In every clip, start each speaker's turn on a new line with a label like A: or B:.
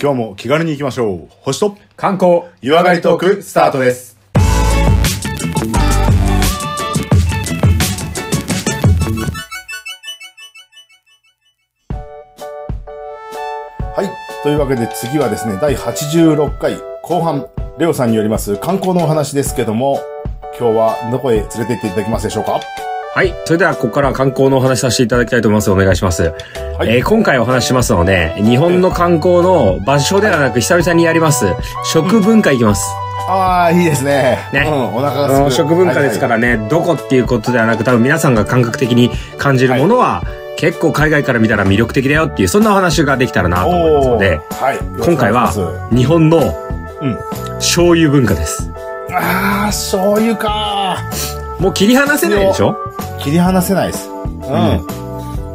A: 今日も気軽に行きましょう星と
B: 観光
A: 湯上がりトークスタートですはいというわけで次はですね第86回後半レオさんによります観光のお話ですけども今日はどこへ連れて行っていただけますでしょうか
B: はい。それでは、ここから観光のお話しさせていただきたいと思います。お願いします。
A: い
B: えー今回お話ししますのはね、日本の観光の場所ではなく、久々にやります、食文化行きます。
A: ああいいですね
B: ね
A: うん、お腹が
B: あ
A: す
B: の
A: く、
B: 食文化ですかららね、どこっていうことではなく、多分皆さんが感覚的に感じるものは、結構海外から見たら魅力的だよっていう、そんなお話ができたらなと思います
A: お
B: の
A: お
B: で
A: ー、はい
B: 今回は
A: よろしくお願いします
B: 日本の
A: うん
B: 醤油文化です。
A: ああ醤油か
B: もう切り離せないでしょ
A: 切り離せないですうん、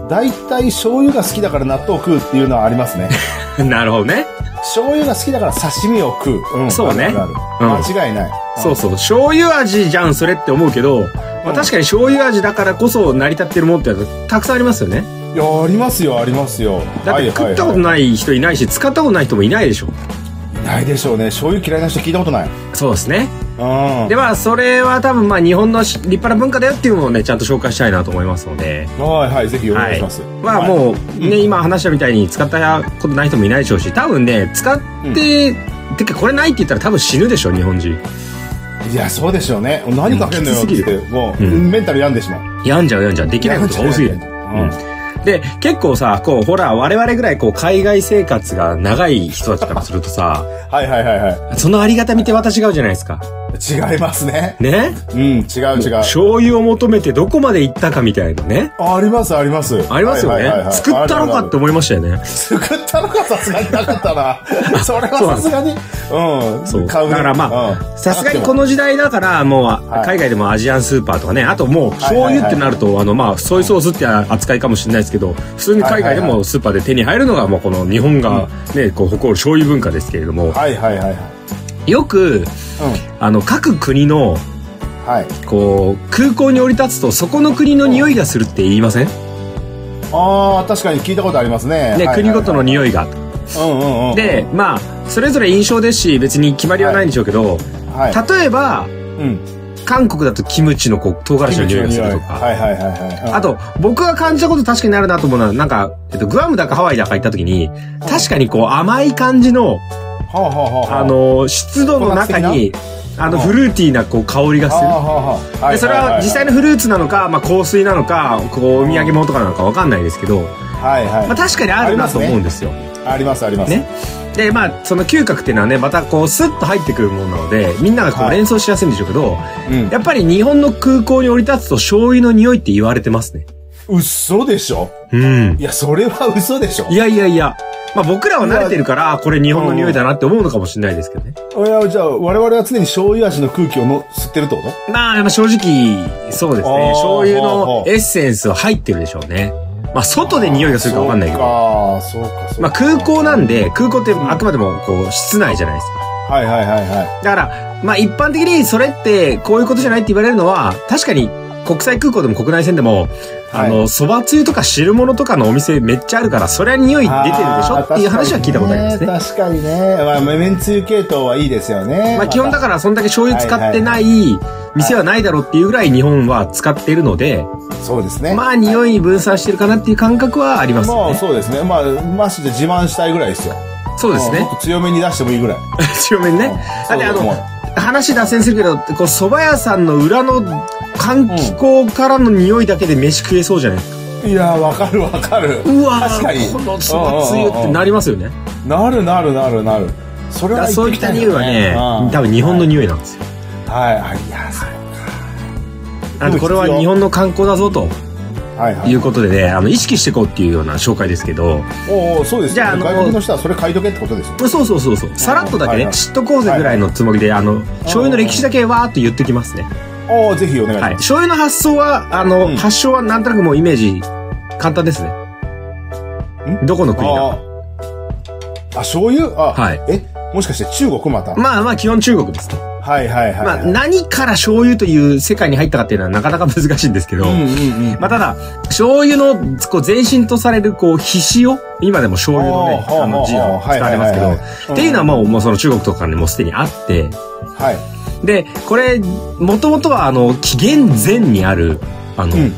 A: 大体醤油が好きだから納豆を食うっていうのはあります ね
B: なるほどね。
A: 醤油が好きだから刺身を食う、うん、
B: そうね
A: あるある
B: うん
A: 間違いない、
B: そうそう。醤油味じゃん、それって思うけど、まあ、確かに醤油味だからこそ成り立ってるものってたくさんありますよね。
A: いやありますよありますよ
B: だって食ったことない人いないし、使ったことない人もいないでしょ。
A: いないでしょうね醤油嫌いな人聞いたことない
B: そうですね。
A: うん
B: では、それは多分まあ日本のし立派な文化だよっていうのをね、ちゃんと紹介したいなと思いますので。
A: はいはいぜひお願いします、
B: まあ
A: う
B: もうね、今話したみたいに使ったことない人もいないでしょうし、多分ね、使って、てかこれないって言ったら多分死ぬでしょ、日本人。
A: いやそうでしょうね何かけんのよっ
B: うんきつすぎ
A: て
B: る
A: もう、
B: うん
A: メンタル病んでしまう
B: 病んじゃう病んじゃう。できないことが多すぎ
A: う
B: る。
A: ん
B: で、結構さ、こう、ほら、我々ぐらい、こう、海外生活が長い人たちからするとさ、
A: はいはいはいは
B: そのありがたみってまた違うじゃないですか。
A: い違いますね
B: ね
A: うん違う違う
B: 醤油を求めてどこまで行ったかみたいなね。
A: あありますあります
B: ありますよ
A: はいはいはいは
B: ね。
A: い
B: 作ったの
A: あ
B: か
A: る
B: って思いましたよね。
A: 作ったのがさすがになかったな。 それはさすがに。うん。
B: そう。だ
A: 買うね
B: からま
A: う
B: あ、
A: ん
B: さすがにこの時代だから、もう、
A: い
B: 海外でもアジアンスーパーとかね、あともう、醤油ってなると、あの、まあ、ソイソースって扱いかもしれないですけど、普通に海外でもスーパーで手に入るのが、もうこの日本がね、こう、誇る醤油文化ですけれども、
A: はいはいはいはい。
B: よく、
A: う
B: あの、各国
A: ん。
B: の、
A: はい。
B: こう空港に降り立つとそこの国の匂いがするって言いません、ね
A: ああ、確かに聞いたことありますね。はいはいはい
B: 国ごとの匂いが。
A: うんうんうん。
B: でまあそれぞれ印象ですし別に決まりはないんでしょうけど、
A: はい。
B: 例えば
A: うん。
B: 韓国だとキムチのこう唐辛子の匂いがするとか、
A: はいはいはいはい。
B: あと僕が感じたこと確かになるなと思うのはなんか、えっと、グアムだかハワイだか行った時に確かにこう甘い感じの、
A: と、はあはあはあ。
B: あ、の湿度の中にあの
A: うん
B: フルーティーなこう香りが
A: は
B: する
A: あ。はあはあ。
B: でそれは実際
A: の。
B: のフルーツなのか、まあ、香水なのかこうお土産物とかなのかわかんないですけど、
A: はいはい
B: まあ、。確かにあるなと思うんですよ。
A: ありますあります。
B: ね。で、まあ、その嗅覚っていうのはね、またこう、スッと入ってくるものなので、みんながこう
A: はい
B: 連想しやすいんでしょうけど、
A: うん。
B: やっぱり日本の空港に降り立つと醤油の匂いって言われてますね。
A: 嘘でしょ
B: うん。
A: いや、それは嘘でしょ
B: いやいやいや。まあ僕らは慣れてるから、これ日本の匂いだなって思うのかもしれないですけどね。
A: いや、じゃあ、我々は常に醤油味の空気をの吸ってるってこと
B: まあ、まあ正直、そうです
A: あー
B: ね。醤油
A: ほうほ
B: の
A: う
B: エッセンスは入ってるでしょうね。まあ外で匂いがするかわかんないけど。
A: そうか、そうかそうか。
B: まあ空港なんで、空港ってあくまでもこう、室内じゃないですか。
A: はいはいはいは
B: だから、まあ一般的にそれってこういうことじゃないって言われるのは、確かに国際空港でも国内線でも、
A: はい
B: あの、蕎麦つゆとか汁物とかのお店めっちゃあるから、そりゃ匂い出てるでしょっていう話は聞いたことありますね。
A: あー確かにね。確かにね。まあ、めんつゆ系統はいいですよね。
B: まあ基本だ
A: か
B: からそんだけ醤油使ってない店はないだろうっていうぐらい日本は使っているので、
A: ら。そうですね。
B: まあ匂い分散してるかなっていう感覚はあります
A: ま
B: よ
A: あ、
B: ね。
A: そうですね。まあ、マシで自慢したいぐらいですよ。
B: そうです
A: まあ
B: ね
A: も。っと強めに出してもいいぐらい。
B: 強めにね。
A: う
B: だ
A: ん
B: ってあ
A: そう思
B: の
A: う、
B: 話脱線するけど、こう蕎麦屋さんの裏の換気口からの匂いだけで飯食えそうじゃない
A: いやー、わかるわかる。
B: うわ
A: 確かに
B: ーこのそばつゆってなりますよね
A: なるなるなるなる。それ
B: だか
A: は
B: らそういった匂いはね
A: うん
B: 多分日本の匂いなんですよ
A: はい、はい、いや、そう
B: なんでこれは日本の観光だぞと
A: はいはいい。
B: うことでねあの意識していこうっていうような紹介ですけど
A: おうおうそうです
B: じゃああの
A: 外国の人はそれ買いとけってことですよ。
B: そうそうそうそうさらっとだけ
A: はいは
B: ね
A: い
B: 知っとこうぜぐらいのつもりであの醤油の歴史だけわーっと言ってきますね
A: おおぜひお願いし
B: はい
A: ます。
B: 醤油の発想はあ
A: うん
B: の発祥はなんとなくもうイメージ簡単ですねどこの国だ
A: あーあ、醤油あ、
B: はい
A: え、もしかして中国また
B: まあまあ基本中国ですね
A: はいはいはい。
B: まあ、何から醤油という世界に入ったかっていうのはなかなか難しいんですけど、
A: うんうんうん。
B: まあ、ただ、醤油のこう前身とされるこう、ひしお今でも醤油のね、
A: おー
B: あの字を使われます
A: はいはいは
B: け
A: いはい
B: ど、っていうのはもうもうその中国とかにもすでにあって、
A: はい。
B: で、これ、もともとはあの、紀元前にある、あの、
A: うん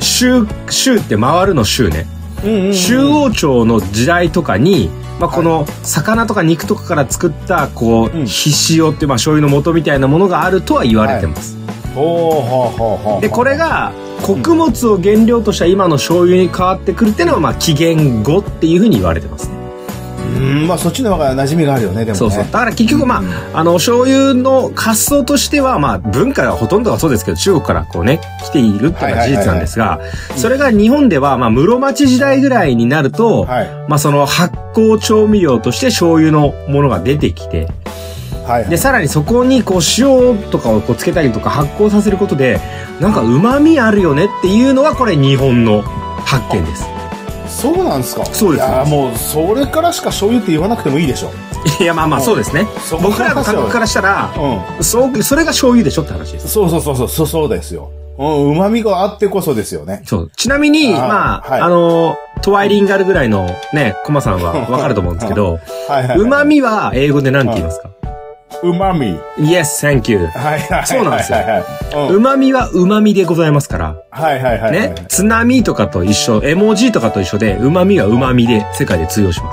B: 州、州って回るの州ね。
A: うんうんうん
B: 周王朝の時代とかに、まあ、この魚とか肉とかから作ったこ
A: うん
B: うひしおってまあ醤油の素みたいなものがあるとは言われてます、
A: ほうほうほうほう。
B: でこれが穀物を原料とした今の醤油に変わってくるっていうのはまあ紀元後っていうふうに言われてますね
A: うん、まあそっちの方が馴染みがあるよね、でもね。
B: そうそうだから結局まああの醤油の発想としてはまあ文化がほとんどがそうですけど中国からこうね来ているっていうのが事実なんですがそれが日本ではまあ室町時代ぐらいになると、
A: はい。はい
B: まあ、その発酵調味料として醤油のものが出てきて、
A: はい。
B: で、さらにそこにこう塩とかをこうつけたりとか発酵させることで、なんか旨味あるよねっていうのはこれ日本の発見です。
A: そうなんですか
B: そうです
A: いやーもう、それからしか醤油って言わなくてもいいでしょ。
B: いや、まあまあそうですね
A: そ。こ
B: 僕
A: から
B: らの感覚からしたら、
A: う
B: そう、それが醤油でしょって話です
A: ん。。そうそうそうそう、そうそうですよ。うん、旨味があってこそですよね。
B: そう。ちなみに、
A: あー
B: まあ、
A: はい
B: あの、トワイリンガルぐらいのね、コマさんはわかると思うんですけど、
A: はいはい。
B: 旨味 は英語で何て言いますか
A: 旨味。
B: ?Yes, thank you.
A: はいはいはいはい。
B: そうなんですよ
A: はいはいうん
B: 旨味は旨味でございますから、
A: はいはいはいはい。
B: ね、津波とかと一緒、絵文字とかと一緒で、旨味は旨味で世界で通用しま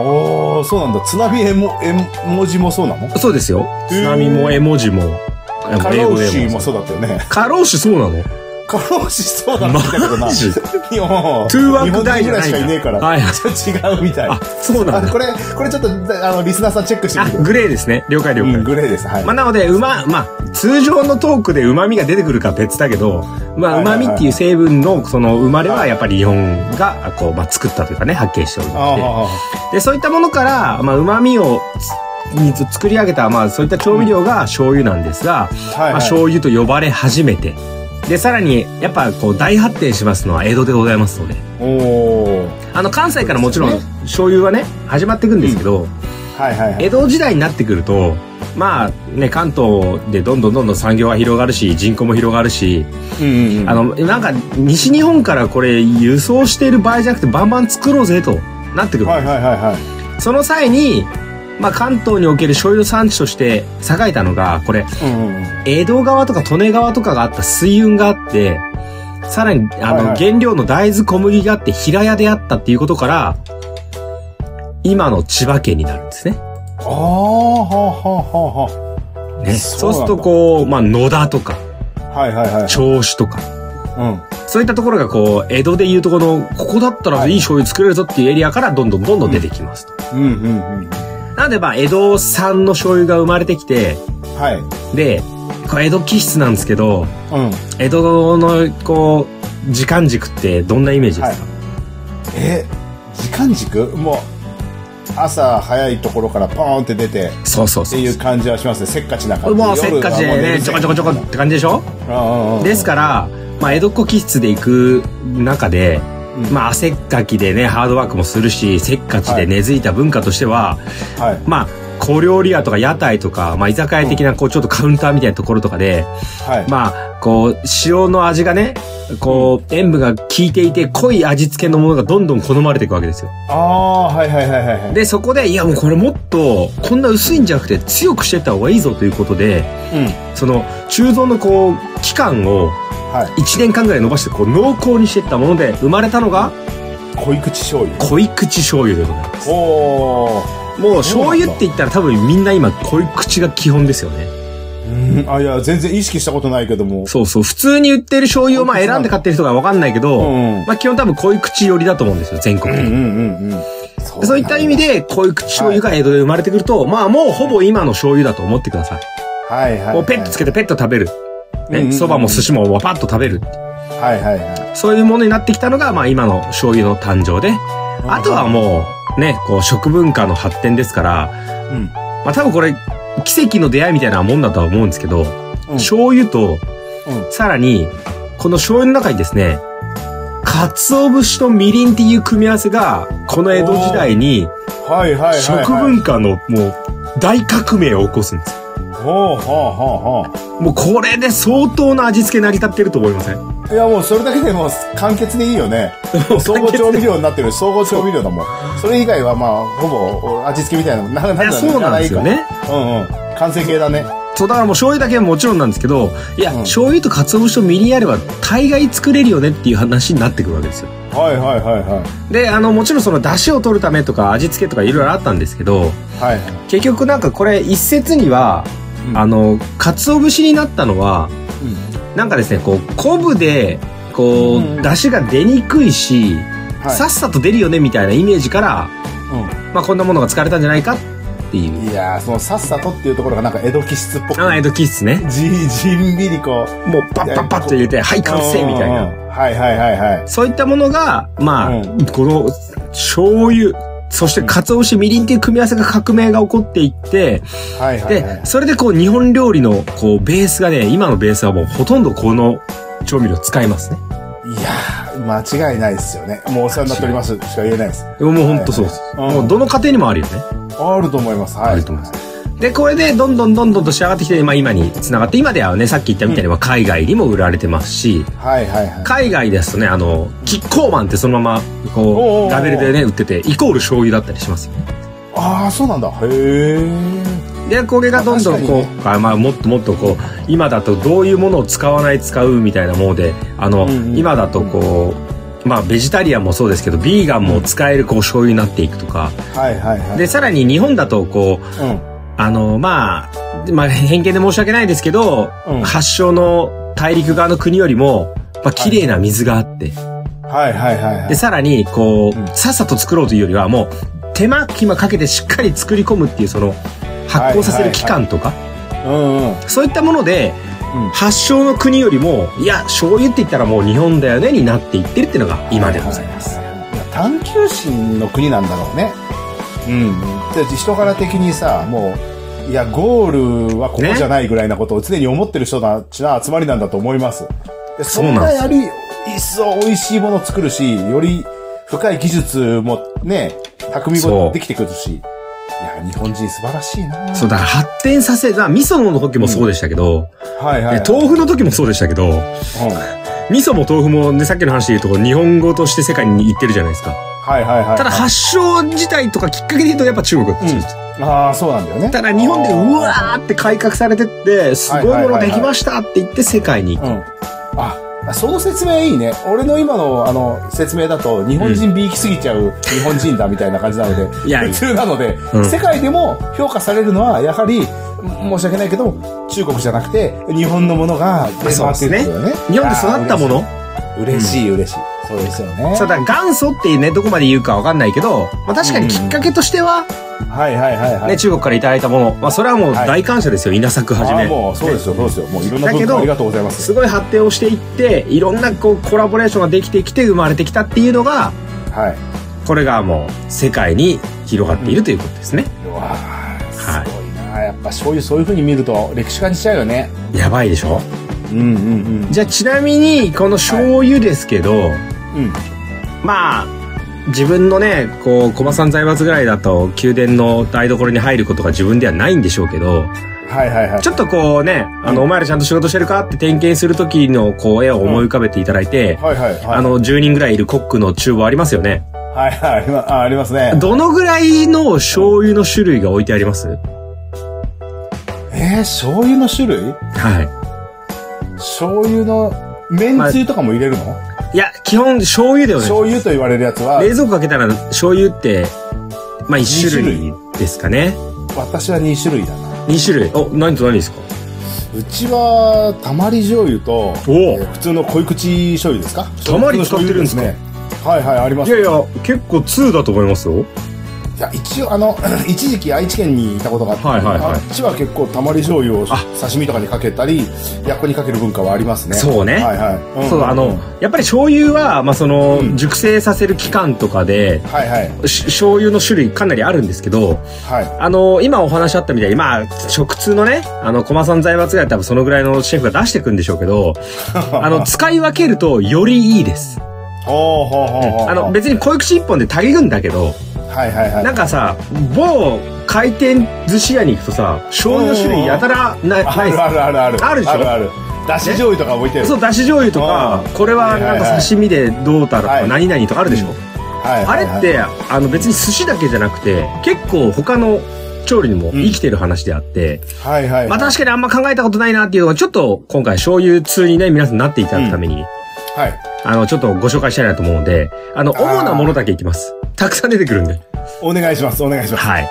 A: おー、そうなんだ。津波絵も、絵文字もそうなの
B: す。そうですよ。
A: へー
B: 津波も絵文字も、あ
A: カ
B: の英
A: ロ
B: 語
A: ーシ
B: で
A: ーも
B: も。
A: そうだったよね。
B: 過労死そうなの
A: カローシーそうだったんだけどな。
B: マジ
A: 日本、
B: トゥーワークダイ
A: 日本人ぐら
B: じゃ
A: いしか
B: ないんだ
A: いねえから。
B: はいはい
A: ちょっと違うみたい。
B: あ、そうなん
A: あ
B: だ
A: こ。れ、これちょっと、あの、リスナーさんチェックして
B: あ
A: みて、くださ
B: グレーですね。了解了
A: い。うん、
B: 解。
A: グレーです。はい。
B: まあ、なので、うま、まあ、通常のトークで旨味が出てくるかは別だけど、まあ、
A: はいはいはい
B: 旨味っていう成分の、その、生まれはやっぱり日本が、こう、まあ、作ったというかね、発見しておりま
A: あ
B: して。
A: あ、
B: で、そういったものから、まあ、旨味をつ、に作り上げた、まあ、そういった調味料が醤油なんです
A: は
B: が、
A: い、
B: まあ、
A: はい。
B: 醤油と呼ばれ始めて。で、さらに、やっぱこう、大発展しますのは江戸でございますので。
A: おー。
B: あの、関西からもちろん
A: そうで、
B: 醤油はね、始まっていくんですけど、
A: はいはいはい。
B: 江戸時代になってくると、まあね、関東でどんどんどんどん産業が広がるし、人口も広がるし、
A: うんうんうん。
B: あの、なんか、西日本からこれ、輸送している場合じゃなくて、バンバン作ろうぜと、なってくる。
A: はいはいはいはい。
B: その際に、まあ、関東における醤油の産地として栄えたのが、これ、
A: うんうんうん。
B: 江戸川とか利根川とかがあった水運があって、さらに、あの、
A: はいはい
B: 原料の大豆小麦があって平屋であったっていうことから、今の千葉県になるんですね。
A: ああ、はははは
B: ね
A: そ
B: そうう
A: なんだ
B: するとこう、まあ、野田とか、
A: はいはいはい。
B: 銚子とか、
A: うん。
B: そういったところがこう、江戸でいうとこの、ここだったらいい醤油作れるぞっていうエリアからどんどんどんどん出てきますと。
A: うんうんうん。
B: なので、まあ、江戸産の醤油が生まれてきて、
A: はい。
B: で、これ江戸気質なんですけど、
A: うん。
B: 江戸のこう、時間軸ってどんなイメージですか、
A: え、時間軸もう、朝早いところからポーンって出て、っ
B: そうそう
A: て
B: そう
A: いう感じはしますね。せっかちな感じ。
B: もうせっかちでね、ちょこちょこちょこ
A: う
B: って感じでしょ
A: んうんうん。
B: ですから、まあ、江戸っ子気質で行く中で、
A: うん
B: まあ、汗っかきでね、ハードワークもするし、せっかち
A: はい
B: で根付いた文化としては、
A: はい。
B: まあ、小料理屋とか屋台とか、まあ、居酒屋的な、こう、ちょっとカウンターみたいなところとかで、
A: はい。
B: まあ、こう、塩の味がね、こう、塩分が効いていて、濃い味付けのものがどんどん好まれていくわけですよ。
A: ああ、はいはいはいはいはい。
B: で、そこで、いや、もうこれもっと、こんな薄いんじゃなくて、強くしてった方がいいぞということで、
A: うん。
B: その鋳造のこう期間を
A: は
B: 1年間ぐらい伸ばしてこう濃厚にしていったもので生まれたのが
A: い。濃い口醤油。
B: 濃い口醤油でございます
A: お
B: もう醤油って言ったら多分みんな今濃い口が基本ですよね
A: ー。うん。あ、いや、全然意識したことないけども。
B: そうそう普通に売ってる醤油をまあ
A: 濃い口なんだ
B: 選んで買ってる人が分かんないけど、
A: うん
B: まあ基本多分濃い口寄りだと思うんですよ全国
A: うんう
B: で
A: んうんうん。そ
B: そういった意味
A: で。
B: で濃い口醤油が江戸で生まれてくると、まあもうほぼ今の醤油だと思ってください
A: はいはいはい。
B: もうペットつけてペット食べる
A: うんうんうん
B: ねそば、も寿司もパッと食べる
A: はいはいはい。
B: そういうものになってきたのが、まあ今の醤油の誕生で、あとはもう、ね、こう食文化の発展ですから、
A: うん。
B: まあ多分これ、奇跡の出会いみたいなもんだとは思うんですけど、
A: うん
B: 醤油と、
A: うん
B: さらに、この醤油の中にですね、鰹節とみりんっていう組み合わせが、この江戸時代に
A: はいはいはいはい。
B: 食文化のもう大革命を起こすんです。
A: へほうほうほうほ
B: もうこれで相当な味付け成り立ってると思いません
A: う。いや、もうそれだけでもう簡潔でいいよね。総合調味料になってる、総合調味料だもん。それ以外はまあ、ほぼ味付けみたいなもん。ななない
B: やそうなんですよ。
A: い
B: ね。
A: らないからうんうん。完成形だね。
B: そうだからもう醤油だけはもちろんなんですけどいや、
A: うん
B: 醤油と鰹節とみりんあれば大概作れるよねっていう話になってくるわけですよ
A: はいはいはいはい。
B: であのもちろんその出汁を取るためとか味付けとかいろいろあったんですけど
A: はい。
B: 結局なんかこれ一説には、
A: うん
B: あの鰹節になったのは
A: うん
B: なんかですねこう昆布でこう、
A: うん
B: 出汁が出にくいし、
A: はい。
B: さっさと出るよねみたいなイメージから、まあ、こんなものが使われたんじゃないかっていううん
A: いやー、そのさっさとっていうところがなんか江戸気質っぽく。
B: あ江戸気質ね
A: じ、じんびりこう。
B: もうパッパッパッと入れて「はい完成」みたい
A: うん
B: な
A: うんうん。はいはいはいはい。
B: そういったものがまあ、
A: うん
B: この醤油そして鰹節みりんっていう組み合わせが革命が起こっていって、
A: はいはいはい
B: で、。それでこう日本料理のこうベースがね、今のベースはもうほとんどこの調味料使いますね。
A: いやー、間違いないですよね。もうお世話になっておりますしか言えないです。
B: でももうほんとそうです。
A: はい
B: もうどの家庭にもあるよね。
A: あると思います。はい。
B: あると思います。で、これでどんどんどんどんと仕上がってきて、まあ今に繋がって、今ではね、さっき言ったみたいには海外にも売られてますし、
A: はいはいはい。
B: 海外ですとね、あの、キッコーマンってそのまま、
A: おうおうお
B: こ
A: う
B: う、ラベルでね、売ってて、イコール醤油だったりしますよね。
A: ああ、そうなんだ。へえ。
B: で、これがどんどんこう、あまあもっともっとこう、今だとどういうものを使わない使うみたいなもので、あ
A: う
B: の、
A: んうん
B: 今だとこう、まあベジタリアンもそうですけど、ビーガンも使えるこう醤油になっていくとか、
A: はいはいはい。
B: で、さらに日本だとこう、
A: うん。
B: あの、まあ、まあ偏見で申し訳ないですけど、
A: うん
B: 発祥の大陸側の国よりも、まあ綺麗な水があって、
A: はいはいはいは
B: で、
A: い。
B: さらにこう、
A: うん
B: さっさと作ろうというよりはもう、手間暇かけてしっかり作り込むっていうその、発酵させる期間とか、
A: うんうん。うん。
B: そういったもので、発祥の国よりも、いや、醤油って言ったらもう日本だよねになっていってるっていうのが今でございます。
A: はいはいはい。探求心の国なんだろうね。うん。で人柄的にさ、もう、いや、ゴールはここじゃないぐらいなことを常に思ってる人たちの集まりなんだと思います。でそ
B: うんなん
A: な
B: です
A: より、一層美味しいものを作るし、より深い技術もね、巧み
B: そ
A: も
B: う
A: できてくるし。いや、日本人素晴らしいな
B: そうだ、から発展させた、味噌の時もそうでしたけど、
A: はいはい、はい
B: で。豆腐の時もそうでしたけど、
A: うん
B: 味噌も豆腐もね、さっきの話で言うと、日本語として世界に行ってるじゃないですか。
A: はいはいはい。
B: ただ、発祥自体とかきっかけで言うと、やっぱ中国だったんですよ
A: ああ、そうなんだよね。
B: ただ日本でうわーって改革されてって、すごいものできましたって言って世界に行く。
A: うん。あ、その説明いいね。俺の今の、あの、説明だと、日本人びいきすぎちゃう日本人だみたいな感じなので、
B: いやい
A: 普
B: い
A: 通なので、
B: うん
A: 世界でも評価されるのは、やはり、申し訳ないけど、中国じゃなくて、日本のものが出回ってるってことだよね。
B: 日本で育ったもの
A: の嬉しい嬉しい。そうですよね。
B: そうだから元祖ってねどこまで言うかわかんないけど、まあ、確かにきっかけとしては、ね
A: はいはいはいはい。
B: 中国からいただいたもの、まあ、それはもう
A: はい
B: 大感謝ですよ、稲作はじ
A: あ
B: め
A: あ、もう、そうですよ、そうですよ。もういろんな
B: だけ
A: 文
B: ど
A: 化ありがとうございます。
B: すごい発展をしていっていろんなこうコラボレーションができてきて生まれてきたっていうのが
A: はい。
B: これがもう世界に広がっているということですね、
A: うわあすごいな。やっぱ醤油そういう風に見ると、歴史感じちゃうよね。
B: やばいでしょ
A: うんうんうん。
B: じゃあちなみにこの醤油ですけど、
A: うん。
B: まあ自分のねこう駒さん財閥ぐらいだと宮殿の台所に入ることが自分ではないんでしょうけど、
A: はいはいはい。
B: ちょっとこうね、あの、お前らちゃんと仕事してるかって点検するときのこう絵を思い浮かべていただいて、
A: はいはいはい。
B: あ、の、10人ぐらいいるコックの厨房ありますよね。
A: はいはい、まあありますね。
B: どのぐらいの醤油の種類が置いてあります
A: えー、醤油の種類
B: は
A: 醤油の、麺つゆとかも入れるの、
B: い。いや、基本醤油だよね。
A: 醤油と言われるやつは、
B: 冷蔵庫開けたら醤油って、まあ1種類
A: 二
B: ですかね。
A: 私は2種類だな。
B: 2種類。お、何と何ですか
A: うちは、たまり醤油と、
B: お
A: えー普通の濃い口醤油ですか
B: たまり使ってるんですか
A: 普通の醤油ですね。はいはい、ありま
B: い
A: す。
B: やいや、結構2だと思いますよ。
A: いや一応、あの、 一時期愛知県にいたことがあって、
B: はいはいはい
A: あっちは結構たまり醤油を
B: あ
A: 刺身とかにかけたり、薬粉にかける文化はありますね。
B: そうね
A: はいはい。ん
B: そう、あの、やっぱり醤油は、まあその
A: う、ん
B: 熟成させる期間とかで、
A: はいはい。
B: し醤油の種類かなりあるんですけど、
A: はい。
B: あの、今お話あったみたいに、まあ、食通のね、あの、駒さん財閥が多分そのぐらいのシェフが出してくんでしょう けど、あの、使い分けるとよりいいです。
A: ほうほうほうほう。
B: あの、別に濃い口一本で足りるんだけど、
A: はいはいはい。
B: なんかさ、某回転寿司屋に行くとさ、醤油の種類やたら
A: あ
B: なないっす
A: るあるあるある。
B: あるでしょ
A: あるある。だし醤油とか置いてる。
B: そう、だし醤油とか
A: う、ん
B: これは
A: は
B: な
A: い
B: んか
A: はいはい
B: 刺身でどうたらと
A: は
B: か
A: い
B: 何々とかあるでしょ。
A: はい
B: あ
A: はい
B: れ
A: はい
B: って、あの別に寿司だけじゃなくて、結構他の調理にも生きてる話であって、
A: はいはいはい。
B: まあ確かにあんま考えたことないなっていうのが、ちょっと今回醤油通にね、皆さんなっていただくために、
A: はい。
B: あの、ちょっとご紹介したいなと思うので、あの、
A: あー
B: 主なものだけいきます。たくさん出てくるんで。
A: お願いします、お願いします。
B: はい。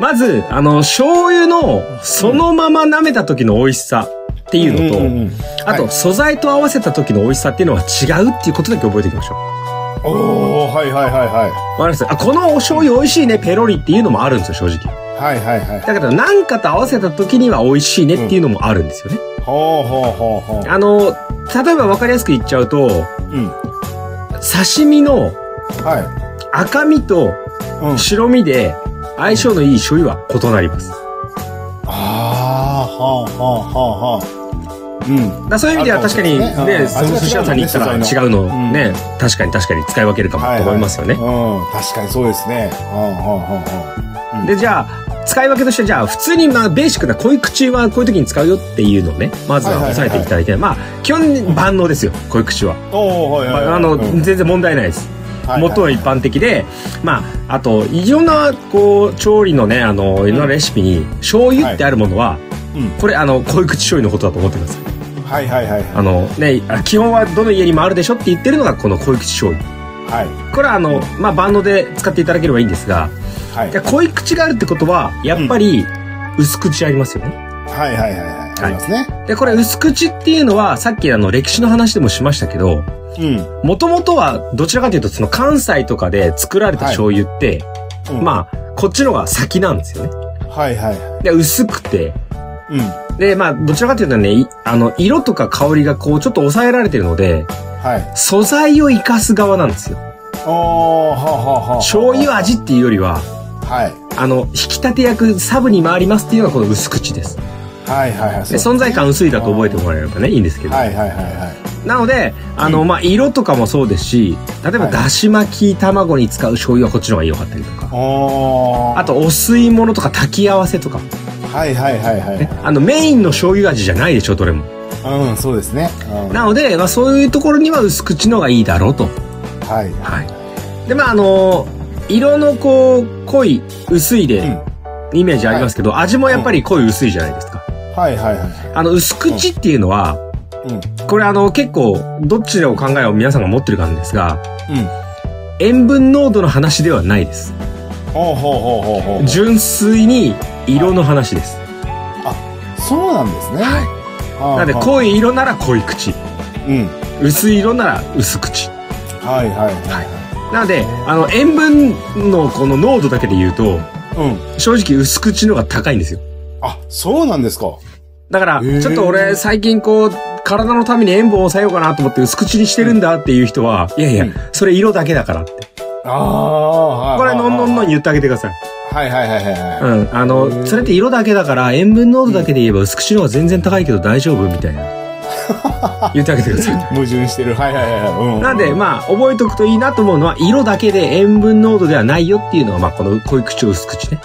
B: まず、あの、醤油のそのまま舐めた時の美味しさっていうのと、
A: んんん
B: あと、
A: はい
B: 素材と合わせた時の美味しさっていうのは違うっていうことだけ覚えておきましょう。
A: おー、はいはいはいはい。
B: わかりました。あ、このお醤油美味しいね、ペロリっていうのもあるんですよ、正直。
A: はいはいはい。
B: だから、なんかと合わせた時には美味しいねっていうのもあるんですよね。
A: ほうほうほうほう。
B: あの、例えばわかりやすく言っちゃうと、
A: うん。
B: 刺身の
A: は
B: 赤身と
A: い。うん。
B: 白身で相性のいい醤油は異なります。だか
A: あー、ほうほうほうほう。うん。
B: らそういう意味では
A: あ
B: 確かに、
A: そうで
B: ね、
A: すねうん
B: 寿司屋さんに行ったら
A: 味が違
B: 違う
A: うもんね
B: のね、確かに確かに使い分けるかもと思いますよね。
A: うん。確かにそうですね。うん、ほうほうほう。うん
B: で、じゃあ、使い分けとして、じゃあ、普通に、まあ、ベーシックな、こういう口はこういう時に使うよっていうのをね、まずは押さえていただいて、まあ、基本万能ですよ、こういう口は。
A: おー、はい
B: ま
A: はいはい。
B: あ、あの、
A: うん
B: 全然問題ないです。
A: はい
B: 元は
A: はい
B: 一般的で、まあ、あと、いろんな、こう、調理のね、あの、いろんなレシピに、醤油ってあるものは、
A: うん
B: これ、あの、こういう口醤油のことだと思ってくださ
A: は
B: い。
A: いはいはい。
B: あの、ね、あ基本はどの家にもあるでしょって言ってるのが、このこういう口醤油。
A: はい。
B: これは、あの、まあ、万能で使っていただければいいんですが、
A: はい。
B: じゃ濃い口があるってことは、やっぱり、薄口ありますよね。
A: はいはいはいはい。ありますね。
B: で、これ、薄口っていうのは、さっきあの、歴史の話でもしましたけど、
A: うん。
B: もともとは、どちらかというと、その関西とかで作られた醤油って、
A: うん
B: まあ、こっちのが先なんですよね。
A: はいはいは
B: で、薄くて、
A: い。うん。
B: で、まあ、どちらかというとね、いあの、色とか香りがこう、ちょっと抑えられてるので、
A: はい。
B: 素材を活かす側なんですよ。
A: おー、はあはあはあ。
B: 醤油味っていうよりは、
A: はい。
B: あの、引き立て役、サブに回りますっていうのがこの薄口です。
A: はいはいはい。
B: で存在感薄いだと覚えてもらえればね、いいんですけど。
A: はいはいはいはい。
B: なので、あの、まあ、色とかもそうですし、例えば、
A: はい
B: だし巻き卵に使う醤油はこっちの方が良かったりとか、
A: おー。
B: あと、お吸い物とか炊き合わせとか、
A: はいはいはいはい。
B: ね、あの、メインの醤油味じゃないでしょ、どれも。
A: うん、そうですね。うん
B: なので、まあ、そういうところには薄口の方がいいだろうと。
A: はい。
B: はい。で、まあ、あの色のこう、濃い、薄いで、イメージありますけど、味もやっぱり濃い、薄いじゃないですか。
A: はいはいは
B: あの、薄口っていうのは、
A: い。うん。
B: これあの、結構、どっちのお考えを皆さんが持ってるかなんですが、
A: うん。
B: 塩分濃度の話ではないです。
A: ほうほうほうほうほう。
B: 純粋に色の話です。
A: そうなんですね。
B: は
A: あー
B: なので、
A: はあ
B: 濃い色なら濃い口。
A: うん。
B: 薄い色なら薄口。
A: はいはいはい。
B: なので、あの、塩分のこの濃度だけで言うと、
A: うん。
B: 正直薄口の方が高いんですよ。
A: あ、そうなんですか。
B: だから、
A: へー
B: ちょっと俺最近こう、体のために塩分を抑えようかなと思って薄口にしてるんだっていう人は、いやいや
A: うん、
B: それ色だけだからって。
A: ああ、
B: これ、のんのんのん
A: に。
B: 言ってあげてください。
A: はいはいはいはい。
B: う
A: はい
B: ん。あ
A: へ
B: の、
A: ー
B: それって色だけだから、塩分濃度だけで言えば薄口の方が全然高いけど大丈夫みたいな。言ってあげてく ださい。
A: 矛盾してる。はいはいはいはい。うん。
B: なんで、まあ、覚えとくといいなと思うのは、色だけで塩分濃度ではないよっていうのが、まあ、この濃い口を薄口ね。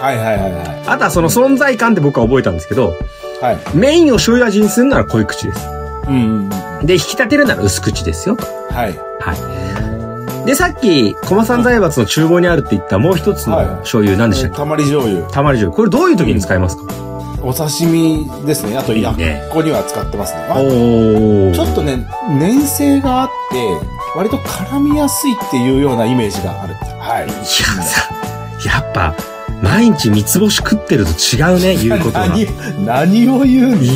A: はいはいはいはい。
B: あとはその存在感で僕は覚えたんですけど、
A: はい。
B: メインを醤油味にするなら濃い口です。
A: うん。
B: で、引き立てるなら薄口ですよ。
A: はい。
B: はい。で、さっき、駒さん財閥の厨房にあるって言ったもう一つの
A: はい
B: 醤油何でしたっけ、
A: たまり醤油。
B: たまり醤油。これどういう時に使いますか、
A: お刺身ですね。あと、
B: いい
A: 薬
B: ね
A: 庫には使ってますね。あ
B: おお。
A: ちょっとね、粘性があって、割と絡みやすいっていうようなイメージがある。はい。
B: いやさ、やっぱ、毎日三つ星食ってると違うね、言うことが。い
A: 何、何を言うんです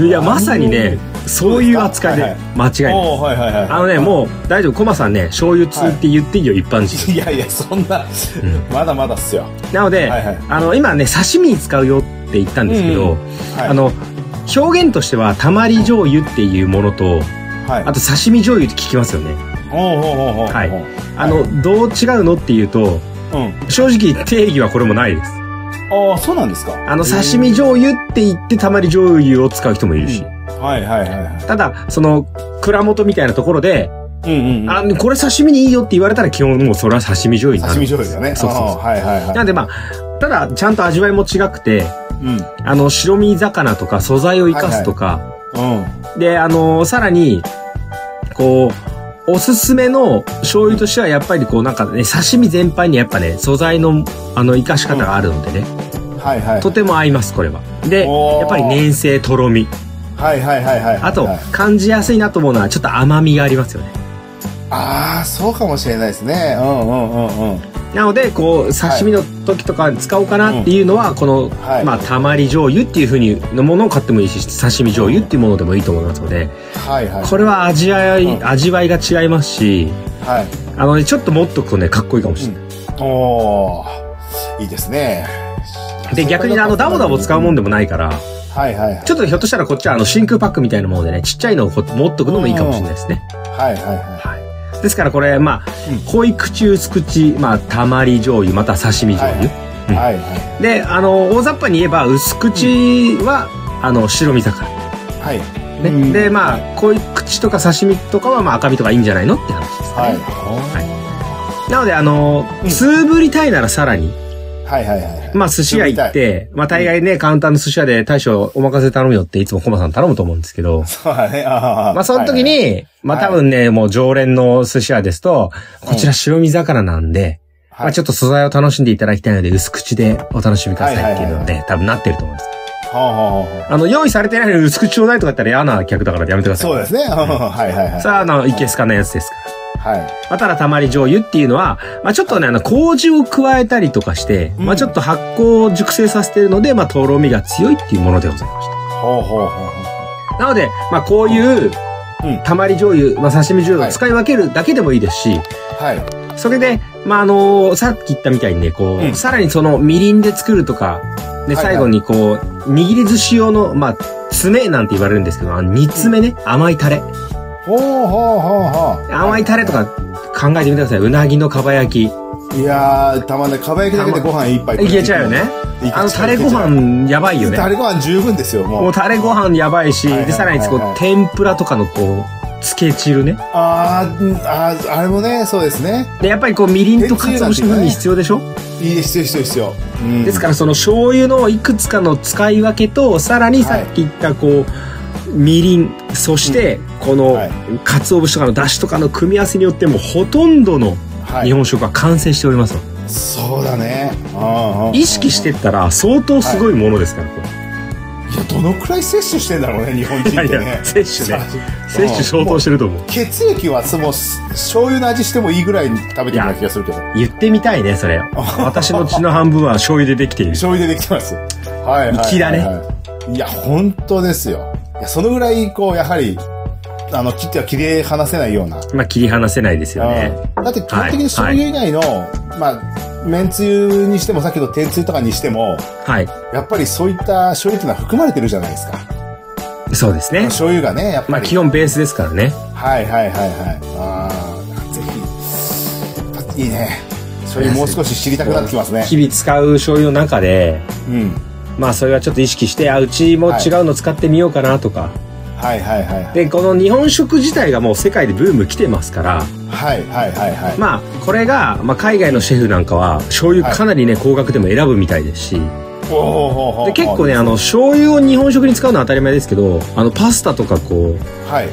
B: や、いや、まさにね、そういう扱い
A: はい
B: で
A: はい、
B: 間違い
A: か
B: ない。
A: おーはいはいはい。
B: あのね、もう、大丈夫、コマさんね、醤油通って言っていいよ、一般 人。
A: いやいや、そんな、
B: うん
A: まだまだっすよ。
B: なの
A: は
B: で、
A: いはい
B: あの、今ね、刺身に使うよって言ったんですけど、
A: うんはい。
B: あ、の、表現としては、たまり醤油っていうものと、
A: はい。
B: あと刺身醤油って聞きますよね。
A: おうおうおうおうおう
B: はい
A: うん。
B: あの、どう違うのっていうと、正直定義はこれもないです。
A: ああ、そうなんですか。
B: あの、
A: へー
B: 刺身醤油って言ってたまり醤油を使う人もいるし。
A: はいはいはいは
B: ただ、その、蔵元みたいなところで、
A: い。うんうんうん。
B: あ、これ刺身にいいよって言われたら基本もうそれは刺身醤油にな
A: 刺
B: る。
A: 身醤油だね。
B: そうそうそう
A: あーはいはいはい。
B: なんでまあ、ただ、ちゃんと味わいも違くて、
A: うん。
B: あの、白身魚とか素材を生かすとか、
A: うん。
B: で、あのさらに、こう、おすすめの醤油としてはやっぱりこうなんかね、刺身全般にやっぱね、素材のあの生かし方があるのでね、
A: はいはい。
B: とても合います、これは。で、
A: おー
B: やっぱり粘性、とろみ。
A: はいはいはいはい。
B: あと
A: はい、
B: 感じやすいなと思うのはちょっと甘みがありますよね。
A: ああ、そうかもしれないですね。うんうんうんうん。
B: なので、こう、刺身の時とかに使おうかなっていうのは、この、
A: はい
B: まあ、たまり醤油っていう風にのものを買ってもいいし、刺身醤油っていうものでもいいと思いますので、
A: はいはい。
B: これは味わい、
A: うん
B: 味わいが違いますし、
A: はい。
B: あのね、ちょっともっとこうね、かっこいいかもしれない。
A: おー、いいですね。
B: で、逆にあの、ダボダボ使うもんでもないから、
A: はいはいはい。
B: ちょっとひょっとしたらこっちはあの、真空パックみたいなものでね、ちっちゃいのをこう持っとくのもいいかもしれないですね。
A: はいはいは
B: はい。ですからこれ、まあ
A: うん、
B: 濃い口、薄口、まあ、たまり醤油、また刺身醤油。
A: い。はいは
B: で、あの、大雑把に言えば、薄口は、あの、白身魚。
A: い。はい。
B: ね。
A: うん
B: で、まあ、濃い口とか刺身とかは、まあ、赤身とかいいんじゃないのって話ですね。
A: はい。
B: なので、あの
A: う、ん
B: つぶりたいならさらに、
A: はいはいはいはい。
B: まあ、寿司屋行って、まあ、大概ね、カウンターの寿司屋で大将お任せ頼むよっていつもコマさん頼むと思うんですけど、
A: そうだね。あー
B: まあ、その時、
A: はいはい
B: に、まあ、多分ね、もう常連の寿司屋ですと、こちら白身魚なんで、ま
A: は
B: あ、
A: い
B: ちょっと素材を楽しんでいただきたいので、薄口でお楽しみくださいっていうの
A: はいは
B: で、多分なってると思います。
A: ほうほうほうほう
B: あの、用意されてないのに薄口ちょうだいとか言ったら嫌な客だからやめてください。
A: そうですね。うんはいはいはい。
B: さあ、あの、いけすかなやつですから。
A: はい。
B: まあ、ただたまり醤油っていうのは、まあ、ちょっとね、あの、麹を加えたりとかして、
A: うん
B: まあ、ちょっと発酵を熟成させているので、まあ、とろみが強いっていうものでございまし
A: ほうほうほうほ
B: た。なので、まあ、こういう
A: うん、
B: たまり醤油、まあ、刺身醤油を使い分けるだけでもいいですし、
A: う。はい。
B: それで、まあ、あのさっき言ったみたいにね、こう、
A: うん
B: さらにその、みりんで作るとか、
A: はいは
B: で、
A: い
B: 最後にこう、握り寿司用の、まあ、爪なんて言われるんですけど、あの、煮詰めね、甘いタレ。
A: ほうほうほうほう。
B: 甘いタレとか考えてみてください。うなぎのかば焼き。
A: いやー、たまんない。かば焼きだけでご飯一杯
B: いけちゃうよね。
A: いけちゃう。
B: あのタレご飯やばいよね
A: タ。レご飯十分ですよ、もう。
B: もうタレご飯やばいし、
A: はいはい
B: で、さらにこう
A: はいはい
B: 天ぷらとかのこう、つけ汁ね。
A: あーうんあー、あれもね、そうですね。
B: で、やっぱりこう、みりんとかつお節に必要でしょ、
A: いいですよ、必要、必要。うん
B: ですからその醤油のいくつかの使い分けと、さらにさっき言ったこう、みりん、そして、この
A: はい、
B: かつお節とかの出汁とかの組み合わせによっても、ほとんどの
A: はい、
B: 日本食は完成しておりますの。
A: そうだね。うんうん
B: 意識してったら、相当すごいものですから、これ。
A: いや、どのくらい摂取してんだろうね、日本人
B: い
A: っ
B: やい
A: て
B: や
A: ね、。
B: 摂取ね。
A: さ
B: 摂取相当してると思う。
A: 血液はもうす醤油の味してもいいぐらいに食べてるような気がするけど
B: 言ってみたいね、それ。 私の血の半分は醤油でできている。
A: 醤油でできてますはいはいはい、はい、
B: 粋だね
A: いや本当ですよいやそのぐらいこうやはりあの切っては切り離せないような
B: まあ、切り離せないですよね。
A: うんだって基本的に醤油以外の、まあめんつゆにしてもさっきの天つゆとかにしても
B: はい。
A: やっぱりそういった醤油っていうのは含まれてるじゃないですか
B: そうですね。
A: 醤油がねやっ
B: ま
A: ぱ
B: あ、
A: り
B: 基本ベースですからね。
A: はいはいはいはい。ああ、ぜひ。いいね。醤油もう少し知りたくなってきますね。
B: 日々使う醤油の中で、
A: うん。
B: まあ、それはちょっと意識して、あ、うちも違うの使ってみようかなとか。
A: はいはいはいはい。
B: で、この日本食自体がもう世界でブーム来てますから、
A: はいはいはいはい。
B: まあ、これが、まあ、海外のシェフなんかは、醤油かなりね、高額でも選ぶみたいですし、
A: おーほーほーほー
B: で、結構ね、あの、醤油を日本食に使うのは当たり前ですけど、あの、パスタとかこう、
A: はい。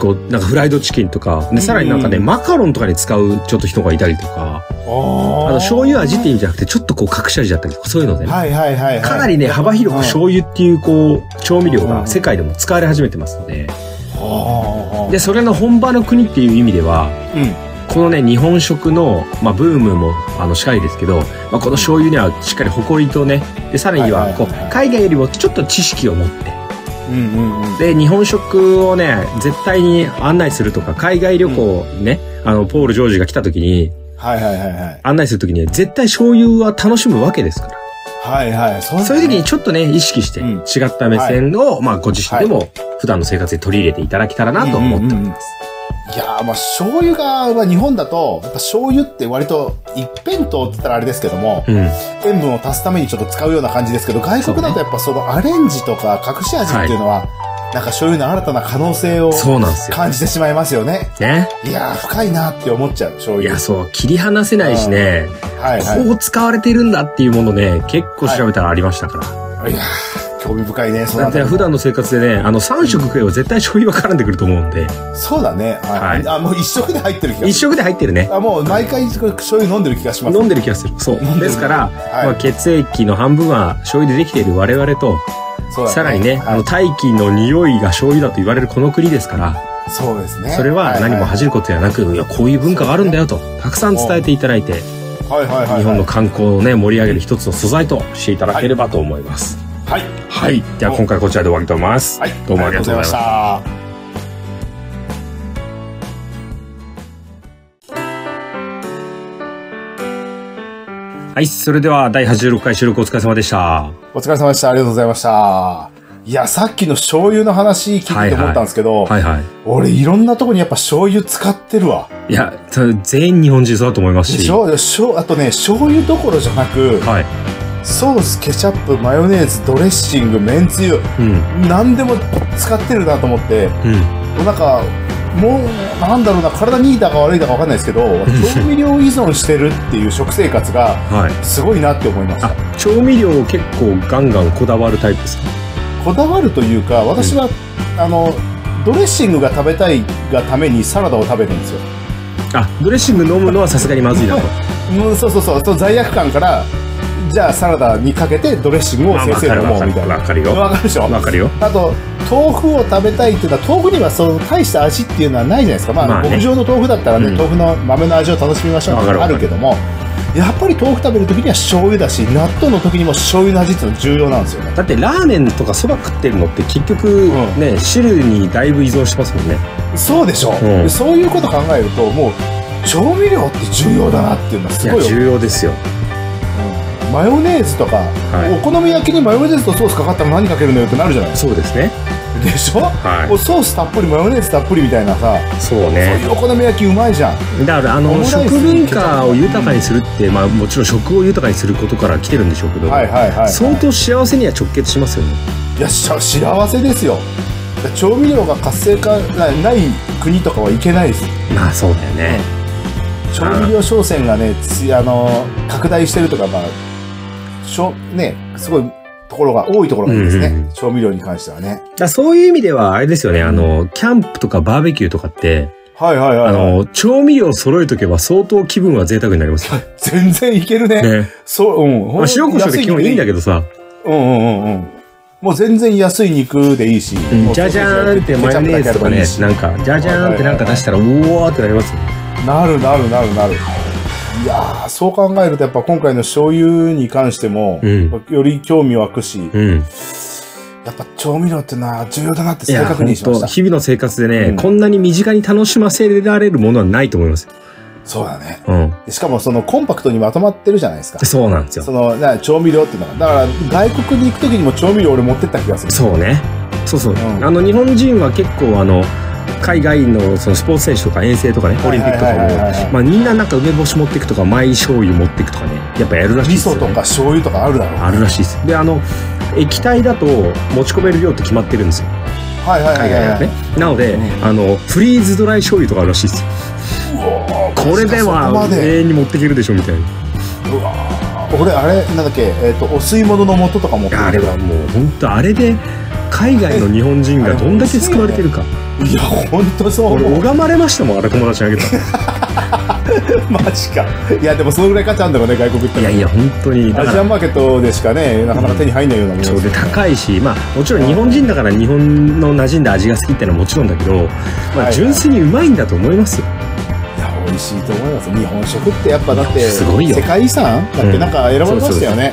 B: こう、なんかフライドチキンとか、で、さらになんかね、
A: うん
B: マカロンとかに使うちょっと人がいたりとか、
A: お
B: あ
A: ー
B: の、醤油味って意味じゃなくて、ちょっとこう、隠し味だったりとか、そういうのでね、
A: はいはいはいはい。
B: かなりね、幅広く醤油っていう、こう、調味料が世界でも使われ始めてますので、
A: 油。おー
B: で、それの本場の国っていう意味では、
A: うん。
B: このね、日本食の、まあ、ブームも、あの、しかりですけど、まあ、この醤油にはしっかり誇りとね、で、さらに
A: は
B: は、
A: いはい
B: こ
A: は
B: う
A: いはい、
B: 海外よりもちょっと知識を持って、
A: うんうんうん。
B: で、日本食をね、絶対に案内するとか、海外旅行ね、あの、ポール・ジョージが来た時に、
A: はいはいはいはい。
B: 案内する時には絶対醤油は楽しむわけですから。
A: はいはい。そ
B: そういう時にちょっとね、意識して、
A: うん
B: 違った目線を、まあ、ご自身でも、普段の生活で取り入れていただけたらなと思っております。
A: いやーまあ醤油が、まあ、日本だと、やっぱ醤油って割と一辺倒って言ったらあれですけども、
B: うん。
A: 塩分を足すためにちょっと使うような感じですけど、外国だとやっぱそのアレンジとか隠し味っていうのは、なんか醤油の新たな可能性を
B: そうなんですよ
A: 感じてしまいますよね。
B: ね。
A: いやー、深いなって思っちゃう、醤
B: い
A: 油。
B: や、そう、切り離せないしね、
A: はい
B: こ
A: は
B: う使われてるんだっていうものね、結構調べたらありましたから。
A: い。いやー、興味深いね、その
B: だっ
A: あた
B: て
A: りも
B: 普段の生活でね、あの3食食えば絶対醤油は絡んでくると思うんで、
A: そうだね。はい。
B: は
A: あ、もう一食で入ってる気が
B: 一
A: す
B: 食で入ってるね
A: る。。あ、もう毎回醤油飲んでる気がします。
B: 飲んでる気がする。そう。
A: んでる
B: ですから、
A: はい
B: まあ、血液の半分は醤油でできている我々と、
A: そうだ
B: さらにね、あ
A: は
B: の、
A: い
B: 大気の匂いが醤油だと言われるこの国ですから、
A: そうですね。
B: それは何も
A: は
B: 恥じることではなく、いや、こういう文化があるんだよと、たくさん伝えていただいて、
A: いはいはいはい。
B: 日本の観光をね、盛り上げる一つの素材としていただければと思います。
A: はい。
B: はい。では今回はこちらで終わりと思います。
A: はい。
B: どうもありがとうございました。
A: た。
B: はい。それでは第86回収録お疲れ様でした。
A: お疲れ様でした。ありがとうございました。いや、さっきの醤油の話聞いて思ったんですけど、
B: はいはい。
A: 俺いろんなとこにやっぱ醤油使ってるわ。
B: いや、た全員日本人そうだと思いま
A: です
B: し。
A: しょしょあとね、醤油どころじゃなく、
B: はい。
A: ソース、ケチャップ、マヨネーズ、ドレッシング、めんつゆ、
B: うん。
A: 何でも使ってるなと思って、
B: うん。
A: なんか、もう、なんだろうな、体にいいだか悪いだかわかんないですけど、調味料依存してるっていう食生活が、
B: はい。
A: すごいなって思いました。
B: あ、調味料を結構ガンガンこだわるタイプですか
A: こだわるというか、私は、あの、ドレッシングが食べたいがためにサラダを食べるんですよ。
B: あ、ドレッシング飲むのはさすがにまずい なと。
A: うん、そうそうそう、その罪悪感から、じゃあサラダにかけてドレッシングを
B: まあ
A: 先
B: わ
A: 生
B: か
A: の
B: る
A: も
B: わ
A: う
B: か
A: みたい
B: る。
A: な。
B: わかるよ。
A: わかるでしょ
B: わかるよ。
A: あと豆腐を食べたいっていうのは豆腐にはその大した味っていうのはないじゃないですか、まあ
B: まあね
A: 牧場の豆腐だったらね、
B: うん
A: 豆腐の豆の味を楽しみましょう
B: わかる
A: あ
B: わか
A: る
B: る
A: けどもやっぱり豆腐食べる時には醤油だし納豆の時にも醤油の味っていうのは重要なんですよね
B: だってラーメンとかそば食ってるのって結局
A: うん
B: ね、汁にだいぶ依存してますもんね。
A: そうでしょ、
B: うん
A: そういうこと考えるともう調味料って重要だなっていうのはす
B: い
A: ごい
B: や、
A: よ
B: 重要ですよ。
A: マヨネーズとか、
B: い
A: お好み焼きにマヨネーズとソースかかったら何かけるのよってなるじゃないです
B: そうですね。
A: かでしょ、
B: はい
A: もうソースたっぷりマヨネーズたっぷりみたいなさ
B: そう
A: そうい
B: ね。
A: うお好み焼きうまいじゃん
B: だからあ
A: オム
B: の
A: ライス
B: 食文化を豊かにするって、まあもちろん食を豊かにすることから来てるんでしょうけど、
A: はいはいはい
B: 相当幸せには直結しますよね。
A: いやしゃ幸せですよ調味料が活性化がない国とかはいけないです
B: まあそうだよね。
A: 調味料商戦がねつあの拡大してるとかまあしょねすごいところが多いところがいいですね、
B: うんうんう
A: 調味料に関してはね
B: だからそういう意味では、あれですよね、あの、キャンプとかバーベキューとかって、
A: はいはいはい
B: あの、調味料揃えとけば相当気分は贅沢にな りますよ。
A: 全然いけるね
B: ね。
A: そううん、ほん
B: まあ、塩胡椒で基本いいんだ
A: け
B: けどさ、
A: どうんうんうんうんもう全然安い肉でいいし、
B: うん
A: もう
B: ジャジャーンってマヨネーズとかね
A: ケチ、ャッ
B: な
A: プだけあればいいし
B: んか、ジャジャーンってなんか出したら、うおーってなりますよね。
A: なるなるなるなるいやーそう考えるとやっぱ今回の醤油に関しても、
B: うん
A: より興味湧くし、
B: うん。
A: やっぱ調味料ってのは重要だなって
B: い
A: 再
B: や、
A: 確
B: 本
A: 認しまし
B: 当
A: た。
B: 日々の生活でね、
A: うん
B: こんなに身近に楽しませられるものはないと思いますよ。
A: そうだね。
B: うん。
A: しかもそのコンパクトにまとまってるじゃないですか。
B: そうなんですよ
A: そ。のな調味料っていうのが。だから外国に行く時にも調味料俺持ってった気がする。
B: そうね。そうそう。
A: ん
B: あの、日本人は結構、あの、海外のそのスポーツ選手とか遠征とかね、オリンピックとか
A: はいはいはいはいは
B: も、
A: い
B: まあみんななんか梅干し持ってくとか、マイ醤油持ってくとかね、やっぱやるらしい
A: 味
B: ですよ、
A: 噌
B: ね。
A: とか醤油とかあるだろう。
B: あるらしいです。で、あの、液体だと持ち込める量って決まってるんですよ。
A: はいはいは
B: 海
A: いはい、
B: 外は
A: はい。
B: ね。なので、
A: う
B: あの、フリーズドライ醤油とかあるらしいですよ。これで
A: そこま
B: は
A: で
B: 永遠に持っていけるでしょみたいな。
A: うわー俺あれなんだっけ、えっとお吸い物の素とか持って
B: いやあれ
A: る
B: はもう本当あれで、海外の日本人がどんだけ救われてるか。
A: いやほんとそう
B: 俺
A: 思う
B: 拝まれましたもん、あれ友達にあげたら。
A: マジかいやでもそのぐらい価値あるんだろうね外国行った
B: いや
A: ら
B: いや、本当に。だ
A: ア
B: か
A: ジア
B: ら
A: ンマーケットでしかねなかなか手に入んないようなもの
B: そうで
A: ね
B: 高いし、まあ、もちろん日本人だから日本の馴染んだ味が好きってのはもちろんだけど、ま
A: は
B: あ、
A: い
B: 純粋にうまいんだと思いますよ。
A: いや美味しいと思います日本食ってやっぱだって
B: すごいよ
A: 世界遺産だってなんか選ばれましたよね、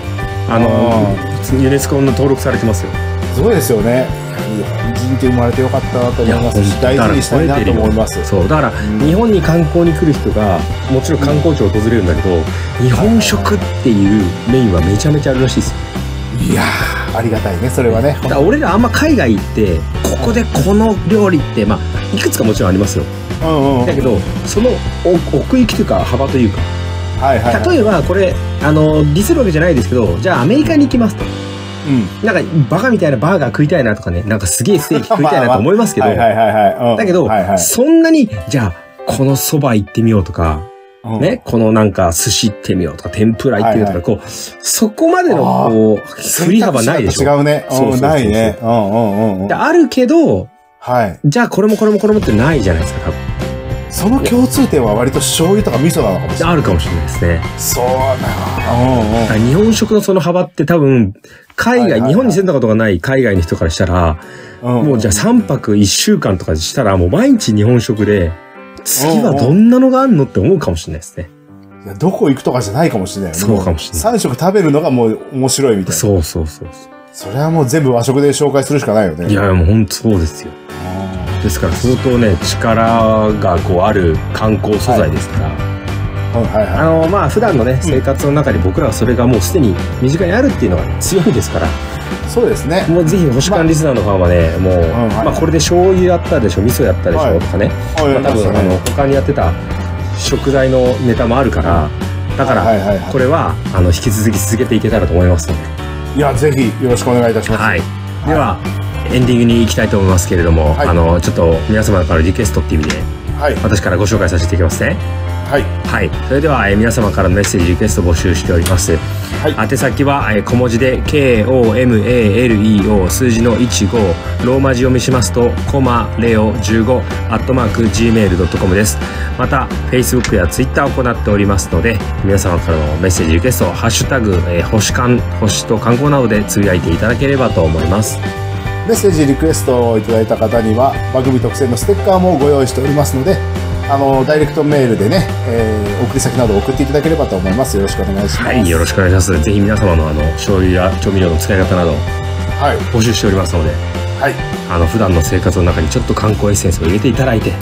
B: あの、ユネスコの登録されてますよ。
A: すごいですよね日本人って生まれてよかったなと思いますし
B: 本当
A: 大事にしたいなと思いま
B: だ
A: す
B: からそうだから
A: ん
B: 日本に観光に来る人がもちろん観光地を訪れるんだけど、日本食っていうメインはめちゃめちゃあるらしいですよ
A: いやーありがたいねそれはね
B: だから俺らあんま海外行ってここでこの料理ってまあいくつかもちろんありますよ
A: うんうん
B: だけどその奥奥行きというか幅というか
A: はいはいはい
B: 例えばこれあのディスるわけじゃないですけどじゃあアメリカに行きますと
A: うん。
B: なんか、バカみたいなバーガー食いたいなとかね、なんかすげえステーキ食いたいなと思いますけど、
A: はいはいはいはい。うん
B: だけど、
A: はいはい
B: そんなに、じゃあ、この蕎麦行ってみようとか、
A: うん
B: ね、このなんか寿司行ってみようとか、天ぷら行ってみようとか、こう、そこまでの、
A: あー
B: こう、振り幅ないでし
A: 選択肢が
B: ょ。
A: 違うね。、
B: そうそうそううん
A: ないね。うんうんうんう
B: で
A: ん。
B: あるけど、
A: はい。
B: じゃあこれもこれもこれもってないじゃないですか、多分。
A: その共通点は割と醤油とか味噌なのかもしれない。
B: あるかもしれないですね。
A: そうなうんうん
B: だ。から日本食のその幅って多分、海外、
A: はいはいはい
B: 日本に住んだことがない海外の人からしたら、
A: うんうん
B: もうじゃあ3泊1週間とかしたら、もう毎日日本食で、次はどんなのがあんのって思うかもしれないですね。
A: いやどこ行くとかじゃないかもしれないよね。
B: そうかもしれない
A: 3食食べるのがもう面白いみたいな。そ
B: そうそうそうそ
A: れはもう全部和食で紹介するしかないよ
B: う。
A: ね。
B: いや、もう本当そうですよ。
A: うん
B: ですから相当ね、力がこうある観光素材ですから。
A: はいはい
B: あ
A: は
B: の、まあ普段のね、生活の中で僕らはそれがもうすでに身近にあるっていうのが、ね、強いですから。
A: い。そうですね。
B: もうぜひ星間リスナーのファンはね、もう、
A: んはい
B: まあこれで醤油やったでしょ、味噌やったでしょ、
A: はい
B: とかね。
A: あ
B: まあ、
A: やり
B: 多
A: ました
B: 分あ
A: ね
B: の他にやってた食材のネタもあるからだから、
A: はいはいはい
B: これはあの引き続き続けていけたらと思いますの
A: いや、ぜひよろしくお願いいたし
B: で、
A: ます。
B: はい、ではエンディングに行きたいと思いますけれども、
A: はい
B: あのちょっと皆様からのリクエストっていう意味で
A: はい。
B: 私からご紹介させていただきますね
A: はい。
B: はいそれでは、えー皆様からのメッセージリクエスト募集しております、
A: は
B: 宛先は、えー小文字で KOMALEO 数字の15ローマ字読みしますとコマレオ15アットマーク Gmail.com ですまた Facebook や Twitter を行っておりますので皆様からのメッセージリクエスト「ハッシュタグ、えー星間星と観光」などでつぶやいていただければと思います
A: メッセージリクエストをいただいた方には番組特製のステッカーもご用意しておりますので、あの、ダイレクトメールでね、えー送り先など送っていただければと思います。よろしくお願いします。
B: はいよろしくお願いしますぜひ皆様のあの醤油や調味料の使い方など
A: はい。
B: 募集しておりますので
A: はい。
B: あの普段の生活の中にちょっと観光エッセンスを入れていただいて、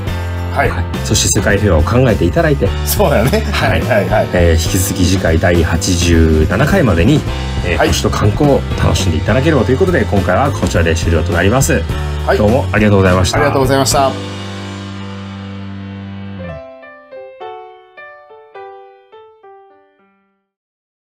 A: はい。
B: はい、そして世界平和を考えていただいて
A: そうだよね。
B: はい
A: はい。はい。
B: えー引き続き次回第87回までに、えー
A: はい
B: 星と観光を楽しんでいただければということで今回はこちらで終了となります、
A: はい
B: どうもありがとうございました
A: ありがとうございました。